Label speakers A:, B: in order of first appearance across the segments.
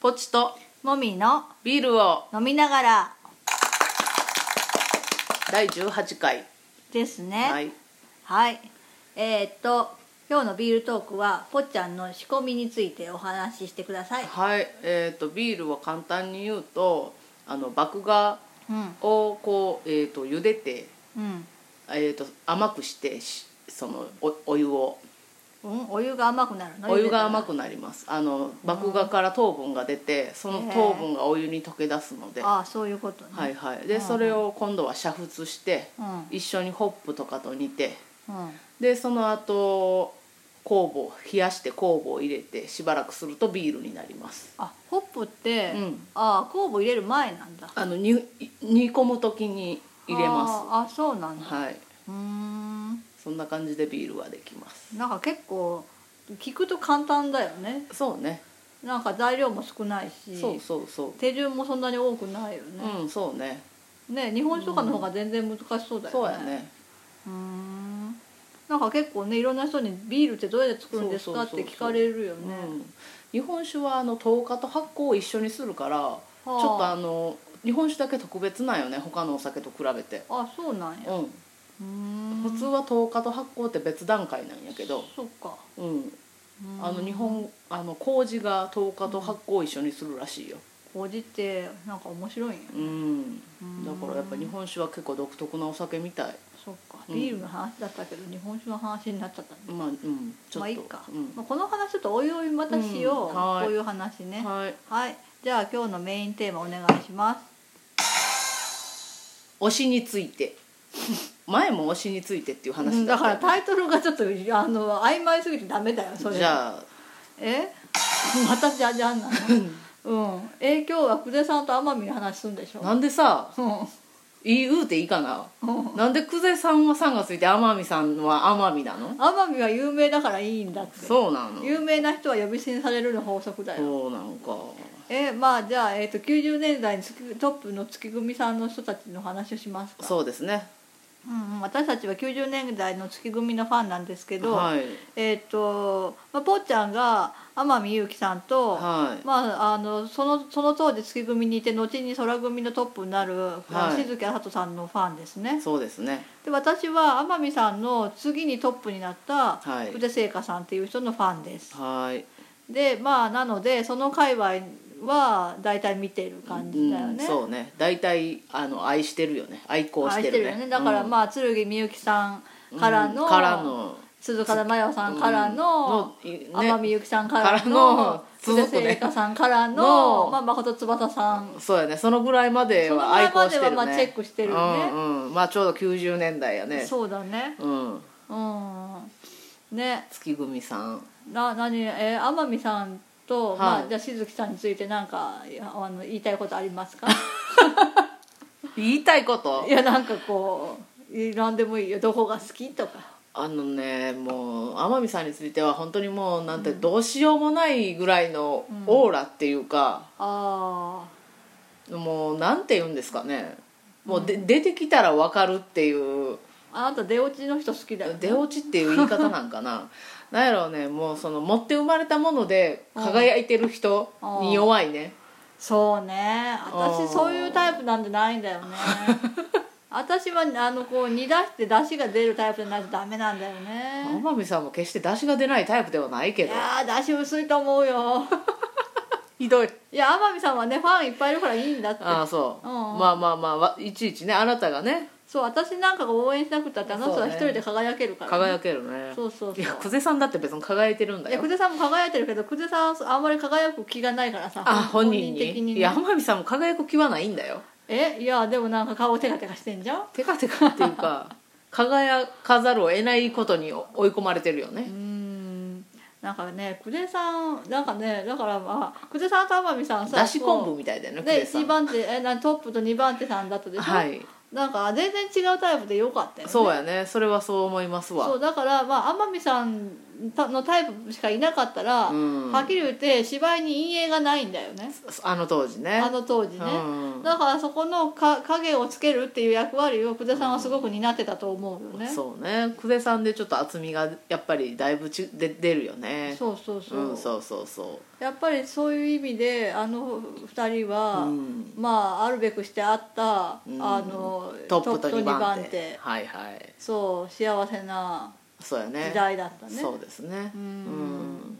A: ポチと
B: もみの
A: ビールを
B: 飲みながら
A: 第18回
B: ですね
A: はい
B: はいえーっと今日のビールトークはぽっちゃんの仕込みについてお話ししてください
A: はいえー、とビールは簡単に言うとあの麦芽
B: うん
A: をこう、えー、と茹でて、
B: うん、
A: えー、と甘くしてしそのおお湯を
B: うん、お湯が甘くなるの
A: お湯が甘
B: く
A: くなりますあの麦芽から糖分が出てその糖分がお湯に溶け出すので、
B: ああそういうことね、
A: はいはい、でそれを今度は煮沸して
B: うん
A: 一緒にホップとかと煮て
B: うん
A: でその後酵母冷やして酵母を入れてしばらくするとビールになります
B: あホップって、
A: うん
B: ああ酵母入れる前なんだ
A: あのに煮込む時に入れま
B: あああそうなん
A: す
B: だ、
A: はいう
B: ーん
A: そんな感じでビールはできます
B: なんか結構聞くと簡単だよね
A: そうね
B: なんか材料も少ないし
A: そうそうそ
B: 手順もそんなに多くないよ
A: う
B: ね、
A: うんそうね
B: ね日本酒とかの方が全然難しそうだよね、
A: そうやね
B: うーんなんか結構ねいろんな人にビールってどうやって作るんで
A: そ
B: すか
A: う
B: っ
A: そうそう
B: て
A: そう
B: 聞かれるよね
A: うん日本酒はあの糖化と発酵を一緒にするからちょっとあの日本酒だけ特別なんよね他のお酒と比べて
B: あそうなんや
A: うん
B: うーん
A: 普通は糖化と発酵って別段階なんやけど、
B: そっか
A: うん、
B: うーん
A: あの日本あの麹が糖化と発酵を一緒にするらしいよ、
B: 麹ってなんか面白いんやね
A: うん、
B: うん
A: だからやっぱ日本酒は結構独特なお酒みたい
B: そっか
A: うん
B: ビールの話だったけど、日本酒の話になっちゃったね
A: まあうんちょっと、
B: まあいいか、
A: うん
B: まあ、この話ちょっとおいおいまたしよう、
A: うんはい
B: こういう話ね
A: はい
B: はい、じゃあ今日のメインテーマお願いします。
A: 推しについて 前も推しについてっていう話
B: だからタ
A: イ
B: イトルがちょっとあの曖昧すぎてダメだよそれ。
A: じゃあ
B: え？ またじゃじゃんなの。うん。え今日は久世さんと天海の話すんでしょ。
A: なんでさ
B: うん。
A: 言うていいかな
B: うん
A: なんで久世さんはさんがついて天海さんは天海なの
B: 天海は有名だからいいんだって。
A: そうなの
B: 有名な人は呼び捨てにされるの法則だよ。
A: そうなんか
B: えまあじゃあえっ、と90年代に月トップの月組さんの人たちの話をしますか。
A: そうですね
B: うんうん、私たちは90年代の月組のファンなんですけど。
A: はい
B: えーっと、まあ、ぽっちゃんが天海祐希さんと、
A: はい
B: まあ、あのそのその当時月組にいて後に空組のトップになる、
A: はい
B: 静木あさとさんのファンですね
A: そうですね
B: で私は天海さんの次にトップになった
A: はい
B: 筆聖華さんっていう人のファンです、
A: はい
B: でまあなのでその界隈は大体見てる感じだよ
A: うん、
B: ね、
A: そうね大体あの愛してるよね愛好し
B: 愛
A: て
B: して
A: る
B: る
A: ね
B: よねだから
A: あ
B: まあ剣みゆきさんからの,、
A: からの
B: 鈴鹿真代さんからの、
A: うんのい
B: 天海
A: ね、
B: 祐希さんから
A: から
B: の
A: の
B: 鈴
A: 続くね
B: 聖華さんからの
A: の
B: まあ、誠翼さん
A: そうやねそのぐらいまでは愛好してるね
B: そのぐらいまではまあチェックしてる
A: う
B: ね
A: んうんまあちょうど90年代やね
B: そうだね
A: うん
B: うんね
A: 月組さん
B: な何えー天海さんと、
A: はい
B: まあ、じゃあしずきさんについてなんかいやあの言いたいことありますか
A: 言いたいこと
B: いやなんかこういなんでもいいよどこが好きとか
A: あのねもう天海さんについては本当にもうなんてどうしようもないぐらいのオーラっていうか、
B: あ
A: もうなんて言うんですかねもうで、出てきたら分かるっていう
B: ああなた出落ちの人好きだよ、ね、
A: 出落ちっていう言い方なんか ななんやろうねもうその持って生まれたもので輝いてる人に弱いね
B: そうね
A: う
B: 私
A: ん
B: そういうタイプなんじゃないんだ よね私はあのこう煮出して出汁が出るタイプじゃないとダメなんだよね
A: 天海さんも決して出汁が出ないタイプではない
B: い
A: けど
B: やー出汁薄いと思うよ
A: ひどい
B: いや天海さんはねファンいっぱいいるからいいんだって
A: ああそう、
B: うん
A: まあまあまあわいちいちねあなたがね
B: そう私なんかが応援しなくたってあの人は一人で輝けるから、
A: 輝けるね
B: そうそうそ
A: い
B: う
A: や久世さんだって別に輝いてるんだ
B: いや
A: よ
B: 久世さんも輝いてるけど久世さんはあんまり輝く気がないからさ
A: あ本人に
B: 的にね
A: いや天海さんも輝く気はないんだよ
B: えいやでもなんか顔テカテカしてんじゃん
A: テカテカっていうか輝かざるを得ないことに追い込まれてるよね、
B: うーんなんかね久世さんなんかねだからまあ久世さんと天海さんさ
A: だし昆布みたいだよね
B: こう
A: 久世
B: で
A: さん
B: 1番手えなトップと2番手さんだったでしょ、
A: はい
B: なんか全然違うタイプでよかったよね
A: そうやねそれはそう思いますわ
B: そうだからまあ天海さんたのタイプしかいなかったら、
A: うん
B: はっきり言って芝居に陰影がないんだよね
A: あの当時ね
B: あの当時ね、
A: うん
B: だからそこのか影をつけるっていう役割を久手さんはすごく担ってたと思うよね、
A: そうね久世さんでちょっと厚みがやっぱりだいぶちで出るよね
B: そうそうそう,、
A: ん、そうそうそ
B: やっぱりそういう意味であの二人
A: う、
B: は、
A: うん、
B: まああるべくしてあった、
A: うん
B: あの
A: トップと
B: ト
A: 2
B: 二
A: 番手はいはい
B: そう幸せな
A: そうやね
B: 時代だったね
A: そうですね
B: う
A: うんん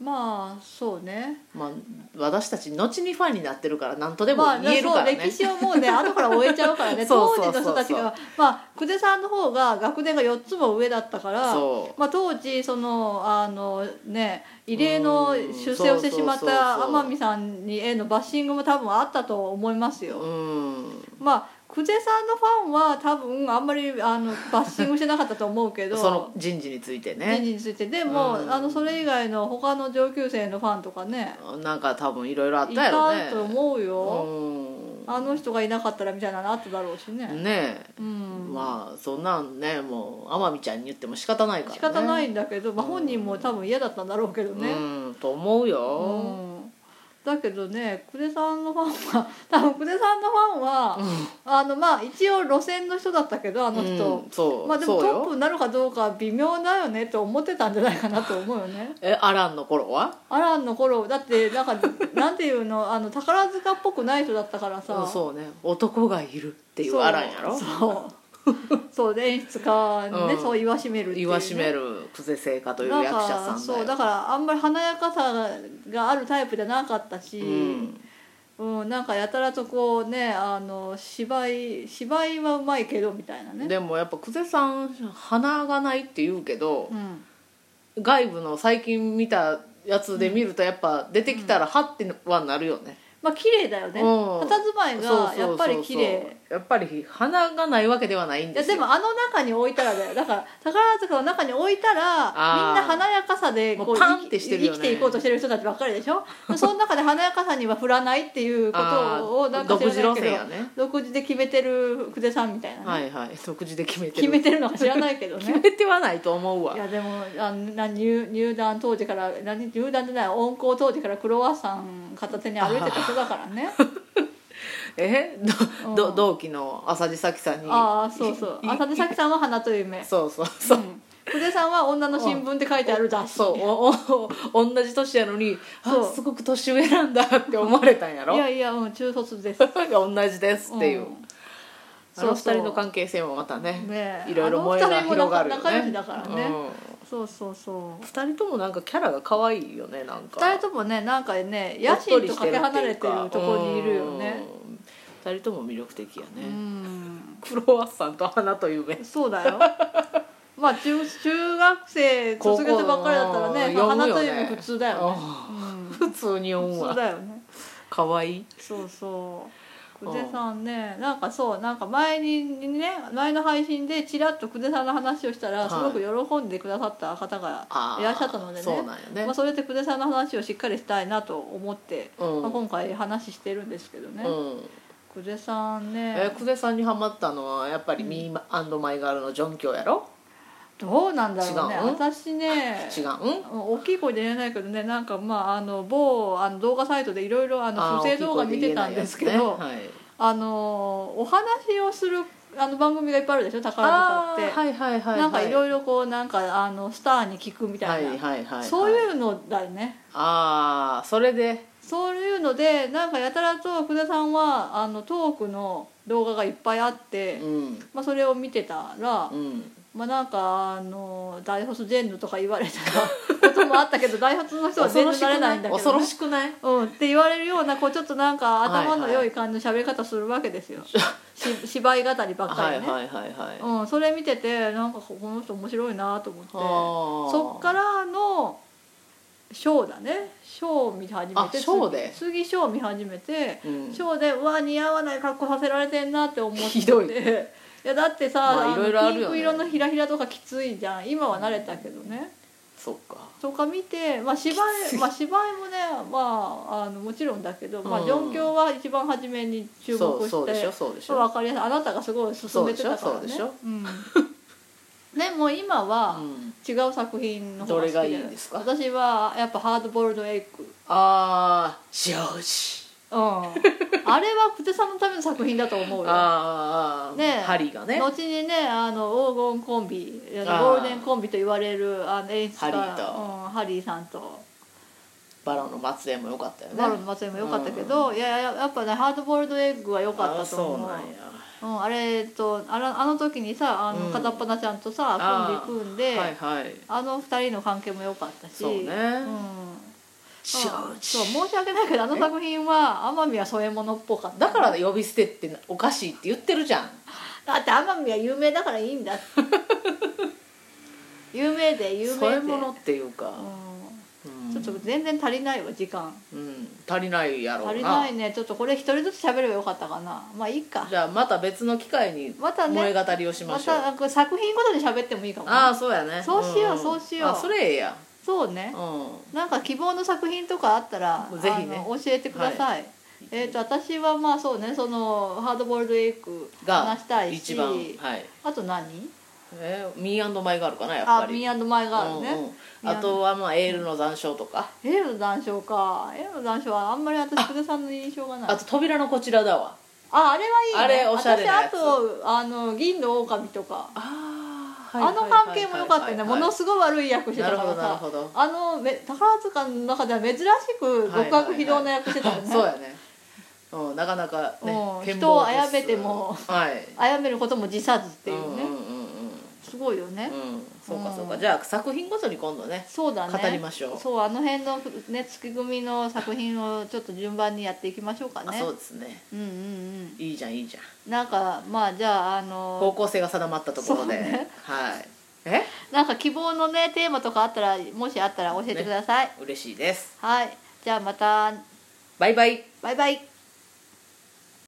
B: まあそうね
A: まあ私たち後にファンになってるから何とでも
B: まあ
A: 言えるからね、
B: そう歴史を もうね後から終えちゃうからね
A: そう
B: 当
A: そう
B: 時
A: そう
B: の人たちがまあ久手さんの方が学年が4つも上だったから
A: そう
B: まあ、当時そのあのね異例の出世をしてしまっ
A: うんそうそう
B: た
A: そうそう
B: 天海さんにへのバッシングも多分あったと思いますよ。
A: うん
B: まあ久世さんのファンは多分あんまりあのバッシングしてなかったと思うけど
A: その人事について
B: 人
A: ね
B: 事についてでも、
A: うん
B: あのそれ以外の他の上級生のファンとかね
A: なんか多分いろいろあっ
B: い
A: たやろね
B: たと思うよ、
A: うん
B: あの人がいなかったらみたいなのあっただろうしね、
A: ねえ、
B: うん
A: まあそんなんねもう天海ちゃんに言っても仕方ないから、ね、
B: 仕方ないいんだけど、まあ、本人も多分嫌だったんだろうけどね、
A: うんと思うよ、
B: うんだけどね久世さんのファンは 多分久世さんのファンは、あのまあ一応路線の人だったけどあの人、
A: うんそう、
B: まあで
A: そ
B: も
A: う
B: トップ
A: よ
B: になるかどうかは微妙だよねって思ってたんじゃないかなと思うよね
A: えアランの頃は
B: アランの頃だってなんか なんていうのあの宝塚っぽくない人だったからさ、
A: うんそうね男がいるっていう
B: そう
A: アランやろ
B: そうそうで演出家にね、
A: うん
B: そう言わしめるってい
A: 言
B: う、ね、
A: わしめる久世聖華という役者
B: なん
A: さ
B: か
A: んだ
B: そ
A: よ
B: うだからあんまり華やかさがあるタイプじゃなかったし、
A: うん
B: うんなんかやたらとこうねあの芝居芝居はうまいけどみたいなね
A: でもやっぱ久世さん鼻がないって言うけど
B: う、ん、
A: 外部の最近見たやつで見るとやっぱ出てきたらハッてはなるよね、
B: まあ綺麗だよね
A: うん
B: 佇まい
A: そうそう
B: が
A: そう
B: やっぱり綺麗
A: やっぱり鼻がないわけではないん
B: い
A: で
B: や
A: すよ
B: でもあの中に置いたらだよだから宝塚の中に置いたら
A: あー
B: みんな華やかさで
A: もうパンってしてるよね
B: 生きていこうとしてる人たちばっかりでしょその中で華やかさには振らないっていうこ
A: あー
B: とをなんか知
A: 独
B: ら
A: 自
B: ない
A: 路
B: け
A: 線
B: ど
A: やね
B: 独自で決めてる久世さんみたいなね、
A: はいはい独自で決めてる
B: 決めてるのか知らないけど
A: 決
B: ね
A: めてはないと思うわ
B: いやでもあのな入入団当時から何入団じゃない温厚当時からクロワッサン片手に歩いてた人だから ね
A: え
B: うん
A: どど同期の浅地咲さんに
B: ああそうそう
A: い
B: 浅田咲さんは花という夢
A: そうそうそう、
B: うん久世さんは女の新聞って書いてある雑誌
A: そうおお同じ年やのに
B: そ
A: あ
B: う
A: すごく年上なんだって思われたんやろ
B: いやいや、うん、中卒です。
A: 同じですっていう、
B: ん
A: あの二
B: そうそう
A: 人の関係性もまたね
B: ねえ
A: いろいろ萌えが広がるよ
B: あの二人も仲仲良し
A: ね
B: だからね
A: うん
B: そうそうそう。
A: 二人ともなんかキャラが可愛いよねなんか
B: 二人ともね、なんかね、野心とかけ離れてるところにいるよね。
A: うん二人とも魅力的やね、
B: うん、
A: クロワッサンと花と夢
B: そうだよ。 まあ、中、中学生卒業してばっかりだったらね、
A: 高校
B: まあ
A: うん読
B: 花と
A: むよね
B: 夢普通だよね。
A: 普通に
B: うん、
A: 思う
B: 普通
A: わ
B: だよね。
A: 可愛い
B: そうそう。
A: う
B: 久
A: ん
B: 世さんね、なんかそう、なんか前にね、前の配信でちらっと久世さんの話をしたら、
A: はい
B: すごく喜んでくださった方が
A: あー
B: いらっしゃったのでね。
A: そうなんよね
B: まあ、それで久手さんの話をしっかりしたいなと思って、
A: うん
B: まあ、今回話してるんですけどね、
A: うん
B: 久手さんね、
A: え久世さんにハマったのはやっぱり「ミーマイガール」のジョンキョウやろ
B: どうなんだろうね
A: 違う
B: 私ね
A: 違うん
B: 大きい声で言えないけどねなんかまああの某あの動画サイトでいろいろあの
A: あー
B: 不正動画見てたんですけど
A: 大きい声で言えないやつねはい
B: あのお話をするあの番組がいっぱいあるでしょ宝
A: あ
B: 塚っ
A: ー
B: て、
A: はいはいはいは
B: なんかいろ
A: い
B: いろこうなんかあのスターに聞くみたいな、
A: はいはいはい
B: そう
A: う
B: いうのだよね
A: ああそれで
B: そういうのでなんかやたらと福田さんはあのトークの動画がいっぱいあって、
A: うん
B: まあ、それを見てたら、
A: うん
B: まあ、なんかあの大卒ジェンヌとか言われた こともあったけど大卒の人は全然なれないんだけ
A: 恐
B: ど、
A: ろしくない
B: うん、って言われるようなこうちょっとなんか頭の良
A: はい
B: い感じの喋り方するわけですよ、 し芝居語りばっか
A: は
B: り
A: い
B: ね、
A: はいはいはい
B: うん、それ見ててなんかこの人面白いなと思ってそ
A: そ
B: っからのショーだねショー見始め
A: あ
B: て
A: ショーで
B: 次次ショー見始めて、
A: うん
B: ショーでうわ似合わない格好させられてんなって思ってて
A: ひどい
B: やだってさ、
A: まあいろいろあるよね
B: のピンク色のひらひらとかきついじゃん今は慣れたけどね、
A: そっか
B: とか見て、まあ、芝居まあ芝居もね、まあ、あのもちろんだけど、まあ、
A: うん
B: 状況は一番初めに注目して
A: そうそうでしょそうでしょ
B: まあわかりやすいあなたがすごい勧めてたから
A: そうで
B: ね
A: しょそうでしょ
B: うん、でも今は、
A: うん
B: 違う作品の方が好きじゃな
A: どれがいいですか
B: 私はやっぱハードボールドエッグ
A: ああしよし
B: うん あれは久手さんのための作品だと思うよ
A: あーあーあー
B: ねえ
A: 針がね
B: 後にねあの黄金コンビあの
A: あー
B: ゴールデンコンビと言われるあの演出
A: ハ
B: 家
A: リーと
B: うん、ハリーさんと
A: バロンの末裔も良かったよね
B: バロンの松井も良かったけど、いやいややっぱねハードボールドエッグは良かったと思う
A: あーそうなんや
B: うん、あれとあらあの時にさあの
A: うん
B: 片っ端ちゃんとさ、
A: あー
B: コンビ組んで、
A: はいはい
B: あの二人の関係も良かったし
A: そうね
B: うん
A: しよし
B: そう申し訳ないけどあの作品は天海は添え物っぽかった
A: だから呼び捨てっておかしいって言ってるじゃん
B: だって天海は有名だからいいんだ 有名で有名で
A: 添え物っていうか、
B: う
A: うんん
B: ちょっと全然足りないわ時間
A: うん、足りないやろうな
B: 足りないねちょっとこれ一人ずつ喋ればよかったかなまあいいか
A: じゃあまた別の機会に
B: またね
A: 萌え語りをしま
B: ま
A: しょう、
B: たこれ作品ごとに喋ってもいいかもね
A: ああそうやね
B: そうしようんそうしよう
A: あそれええや
B: そうね
A: う
B: なんか希望の作品とかあったら
A: ぜひね
B: あの教えてください、えっ、と私はまあそうねそのハードボールドエッグ
A: んが
B: 話したいし
A: 一番はい
B: あと何
A: えー、ミーマイガールかなやっ
B: あ
A: ぱ
B: ミ
A: り
B: ーマイガールね、
A: うんうん、あとはまあエールの残照とか、
B: エールの談笑かエールの談笑はあんまり私久手さんの印象がない
A: あと扉のこちらだわ
B: ああれはいい、
A: あ
B: ね、
A: れおしゃれなやつ
B: 私あとあの銀の狼とか、
A: あ
B: あの関係も良かったよねものすごい悪い役して
A: な
B: た
A: る
B: か
A: ほ
B: ら
A: どなる
B: さ
A: ほど
B: あのめ宝塚の中では珍しく極悪非道な役してたよね、
A: そうやね、うん、なかなかね
B: うん
A: 剣
B: 人を
A: 謀です
B: 殺めても
A: はいっ
B: あやめることも辞さずっていうね、
A: うんうん
B: すごいよね、
A: うんうん、うん、そうかそう
B: う
A: か
B: ん
A: じゃあ作品ごとに今度ね
B: そうだね
A: 語りましょう
B: そうあの辺のね月組の作品をちょっと順番にやっていきましょうか
A: あ
B: ね
A: そうですね
B: うんうんうん
A: いいじゃんいいじゃん
B: なんかまあじゃああの
A: 方向性が定まったところで、
B: そうね
A: はいえ
B: なんか希望のねテーマとかあったらもしあったら教えてください、
A: 嬉しいです
B: はいじゃあまた
A: バイバイ
B: バイバイ